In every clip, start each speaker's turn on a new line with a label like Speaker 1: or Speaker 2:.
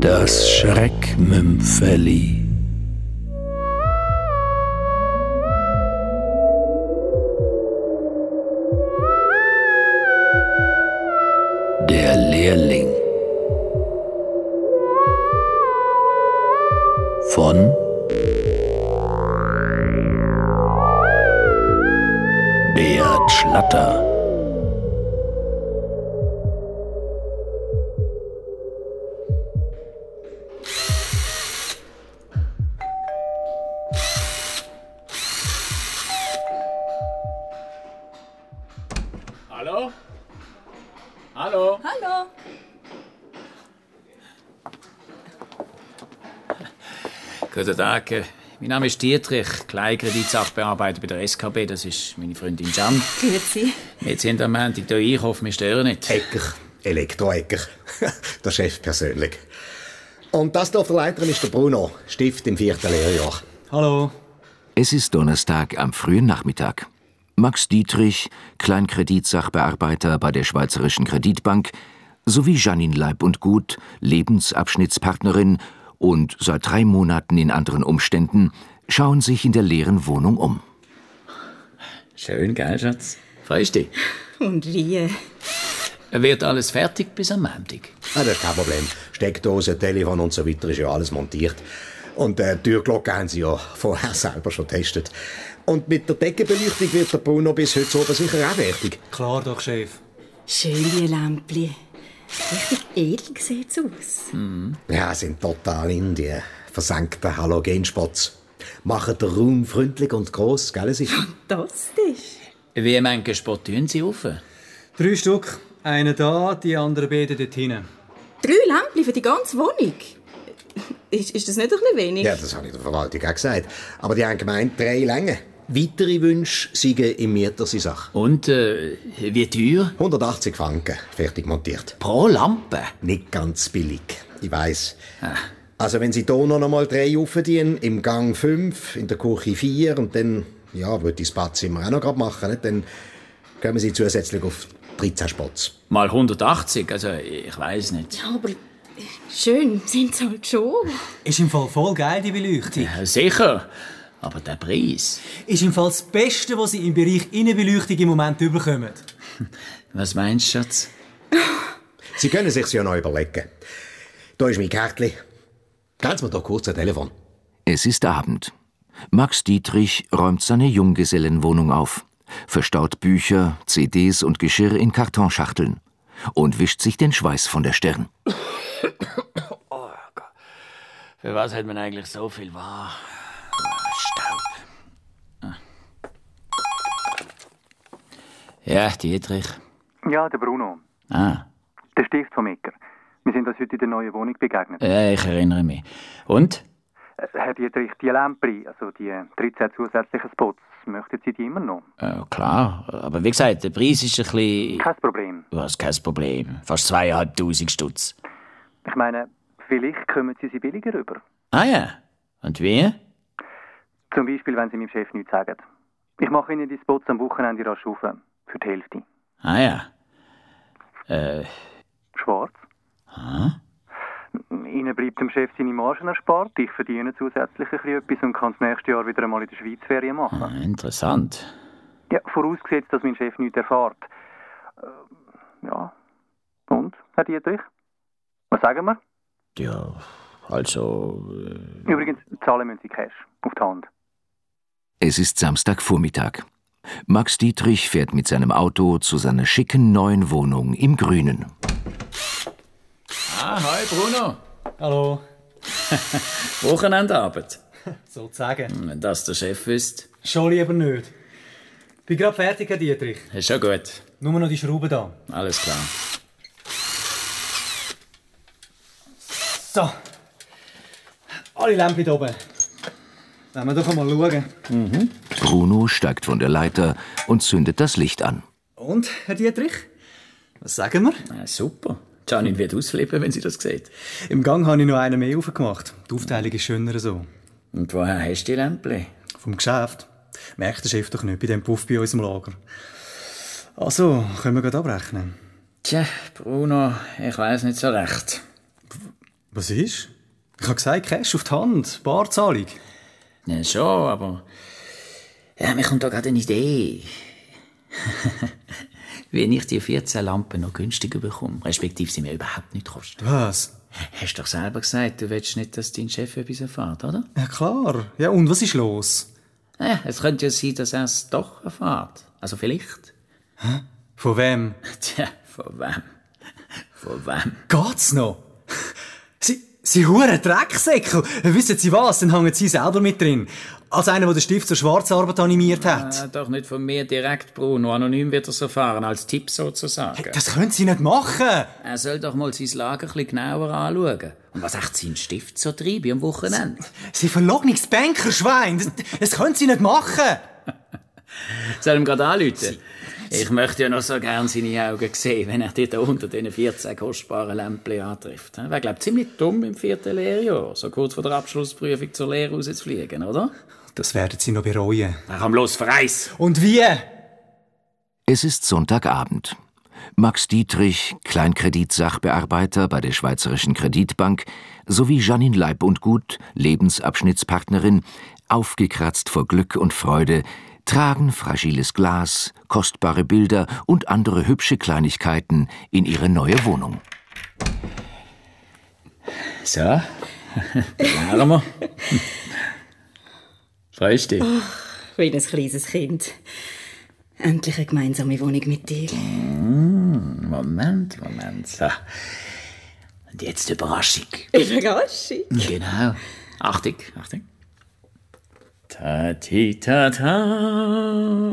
Speaker 1: Das Schreckmümpfeli. Der Lehrling. Von Beat Schlatter.
Speaker 2: Hallo? Hallo?
Speaker 3: Hallo.
Speaker 2: Guten Tag. äh, Mein Name ist Dietrich, Kleinkreditsachbearbeiter bei der SKB. Das ist meine Freundin Jan.
Speaker 3: Grüezi.
Speaker 2: Wir sind am Montag hier. Ich hoffe, wir stören nicht.
Speaker 4: Ecker, Elektroecker, der Chef persönlich. Und das hier auf der Leiterin ist der Bruno, Stift im vierten Lehrjahr.
Speaker 2: Hallo.
Speaker 5: Es ist Donnerstag am frühen Nachmittag. Max Dietrich, Kleinkreditsachbearbeiter bei der Schweizerischen Kreditbank, sowie Janine Leib und Gut, Lebensabschnittspartnerin und seit drei Monaten in anderen Umständen, schauen sich in der leeren Wohnung um.
Speaker 2: Schön, gell, Schatz? Freust dich?
Speaker 3: Und äh, Rie.
Speaker 2: Wird alles fertig bis am Montag?
Speaker 4: Ah, das ist kein Problem. Steckdose, Telefon und so weiter ist ja alles montiert. Und äh, die Türglocke haben sie ja vorher selber schon getestet. Und mit der Deckenbeleuchtung wird der Bruno bis heute oben sicher auch fertig.
Speaker 6: Klar doch, Chef.
Speaker 3: Schöne Lämpchen. Richtig edel sieht's aus.
Speaker 4: Ja, sind total in die versenkten Halogenspots. Machen den Raum freundlich und gross, gell? Es ist
Speaker 3: Fantastisch.
Speaker 2: Wie manche Spott tun Sie auf?
Speaker 6: Drei Stück. Einen da, die anderen beiden dort hinten.
Speaker 3: Drei Lämpchen für die ganze Wohnung. Ist, ist das nicht ein bisschen wenig?
Speaker 4: Ja, das habe ich der Verwaltung auch gesagt. Aber die haben gemeint, drei Längen. Weitere Wünsche seien im Mieter seine Sache.
Speaker 2: Und äh, wie teuer?
Speaker 4: 180 Franken, fertig montiert.
Speaker 2: Pro Lampe.
Speaker 4: Nicht ganz billig, ich weiß. Also wenn Sie hier noch einmal drei aufdienen, im Gang 5, in der Küche 4 und dann, ja, würde ich das Badzimmer auch noch grad machen, nicht? dann kommen Sie zusätzlich auf 13 Spots.
Speaker 2: Mal 180, also ich weiß nicht.
Speaker 3: Aber schön sind's halt schon.
Speaker 6: Ist im Fall voll geil, die Beleuchtung.
Speaker 2: Ja, sicher. Aber der Preis.
Speaker 6: Ist im Fall das Beste, was sie im Bereich Innenbeleuchtung im Moment überkommen.
Speaker 2: Was meinst du, Schatz?
Speaker 4: Sie können sich's ja noch überlegen. Da ist mein Kärtchen. Geben Sie mir doch kurz ein Telefon.
Speaker 5: Es ist Abend. Max Dietrich räumt seine Junggesellenwohnung auf, verstaut Bücher, CDs und Geschirr in Kartonschachteln und wischt sich den Schweiß von der Stirn.
Speaker 2: Für was hat man eigentlich so viel wahr? Ah. Staub. Ja, Dietrich.
Speaker 7: Ja, der Bruno.
Speaker 2: Ah,
Speaker 7: Der Stift vom Ecker. Wir sind uns heute in der neuen Wohnung begegnet.
Speaker 2: ja, ich erinnere mich. Und?
Speaker 7: Äh, Herr Dietrich, die Lämpri, also die 13 zusätzlichen Spots, möchten Sie die immer noch?
Speaker 2: Äh, klar, aber wie gesagt, der Preis ist ein bisschen...
Speaker 7: Kein Problem.
Speaker 2: Was, kein Problem. Fast zweieinhalbtausend Stutz.
Speaker 7: Ich meine, vielleicht kommen Sie sie billiger rüber.
Speaker 2: Ah ja, und wie?
Speaker 7: Zum Beispiel, wenn Sie meinem Chef nichts sagen. Ich mache Ihnen die Spots am Wochenende rasch auf. äh, Für die Hälfte.
Speaker 2: Ah ja,
Speaker 7: Schwarz.
Speaker 2: Ah.
Speaker 7: Ihnen bleibt dem Chef seine Margen erspart. Ich verdiene zusätzlich ein bisschen etwas und kann das nächste Jahr wieder einmal in der Schweiz Ferien machen.
Speaker 2: Ah, interessant.
Speaker 7: Ja, vorausgesetzt, dass mein Chef nichts erfährt. Äh, ja. Und, Herr Dietrich? Was sagen wir?
Speaker 2: Ja, also... äh,
Speaker 7: Übrigens, zahlen müssen Sie Cash. Auf die Hand.
Speaker 5: Es ist Samstagvormittag. Max Dietrich fährt mit seinem Auto zu seiner schicken neuen Wohnung im Grünen.
Speaker 2: Ah, hi Bruno.
Speaker 6: Hallo.
Speaker 2: Wochenendabend.
Speaker 6: Sozusagen.
Speaker 2: Wenn das der Chef wüsste.
Speaker 6: Schon lieber nicht. Bin grad fertig, Herr Dietrich.
Speaker 2: Ist schon gut.
Speaker 6: Nur noch die Schrauben da.
Speaker 2: Alles klar.
Speaker 6: So. Alle Lampen da oben. Wollen wir doch einmal schauen.
Speaker 5: Bruno steigt von der Leiter und zündet das Licht an.
Speaker 6: Und, Herr Dietrich? Was sagen wir?
Speaker 2: Ah, super. Janine wird ausflippen, wenn sie das sieht.
Speaker 6: Im Gang habe ich noch einen mehr aufgemacht. Die Aufteilung ist schöner so.
Speaker 2: Und woher hast du die Lämpchen?
Speaker 6: Vom Geschäft. Merkt der Chef doch nicht bei dem Puff bei uns im Lager. Also, können wir gerade abrechnen.
Speaker 2: Tja, Bruno, ich weiß nicht so recht.
Speaker 6: Was ist? Ich habe gesagt, Cash auf die Hand, Barzahlung.
Speaker 2: Ja, schon, aber. Ja, mir kommt da gerade eine Idee. Wenn ich die 14 Lampen noch günstiger bekomme, respektive sie mir überhaupt nicht kosten.
Speaker 6: Was?
Speaker 2: Hast du doch selber gesagt, du willst nicht, dass dein Chef etwas erfährt, oder?
Speaker 6: Ja klar. Ja und was ist los?
Speaker 2: Ja, es könnte ja sein, dass er es doch erfährt. Also vielleicht.
Speaker 6: Von wem?
Speaker 2: Tja, von wem? Von wem?
Speaker 6: Geht's noch? Sie, sie huren Drecksäckel. Wissen Sie was? Dann hängen Sie selber mit drin. Als einer, der den Stift zur Schwarzarbeit animiert hat.
Speaker 2: Äh, doch nicht von mir direkt, Bruno. Anonym wird er es erfahren, als Tipp sozusagen.
Speaker 6: Das können Sie nicht machen.
Speaker 2: Er soll doch mal sein Lager ein bisschen genauer anschauen. Und was echt sein Stift so treibe am Wochenende.
Speaker 6: Sie verlogenes Bankerschwein. Das, das können Sie nicht machen.
Speaker 2: Soll ihm gerade anrufen? Ich möchte ja noch so gern seine Augen sehen, wenn er dich da unter diesen 14 kostbaren Lämpchen antrifft. Er wäre, glaub ich, ziemlich dumm im vierten Lehrjahr, so kurz vor der Abschlussprüfung zur Lehre rauszufliegen, oder?
Speaker 6: Das werden Sie noch bereuen.
Speaker 2: Na komm los, verreiss!
Speaker 6: Und wie?
Speaker 5: Es ist Sonntagabend. Max Dietrich, Kleinkreditsachbearbeiter bei der Schweizerischen Kreditbank, sowie Janine Leib und Gut, Lebensabschnittspartnerin, aufgekratzt vor Glück und Freude, tragen fragiles Glas, kostbare Bilder und andere hübsche Kleinigkeiten in ihre neue Wohnung.
Speaker 2: So, waren wir. Freust dich?
Speaker 3: Wie ein kleines Kind. Endlich eine gemeinsame Wohnung mit dir.
Speaker 2: Moment, Moment. So. Und jetzt die Überraschung.
Speaker 3: Überraschung.
Speaker 2: Genau. Achtung, Achtung. Ta ti ta ta.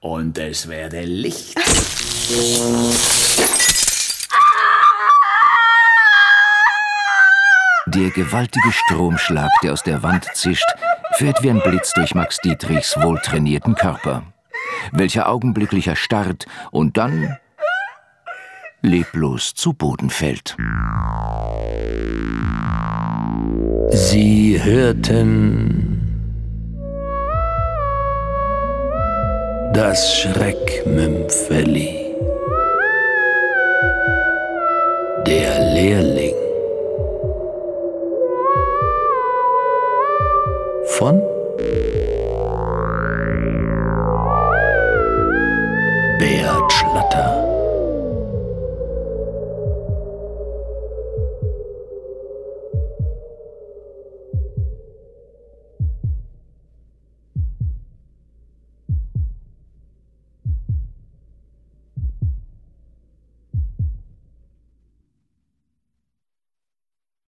Speaker 2: Und es werde Licht.
Speaker 5: Der gewaltige Stromschlag, der aus der Wand zischt, fährt wie ein Blitz durch Max Dietrichs wohltrainierten Körper, welcher augenblicklich erstarrt und dann leblos zu Boden fällt.
Speaker 1: Sie hörten das Schreckmümpfeli. Der Lehrling von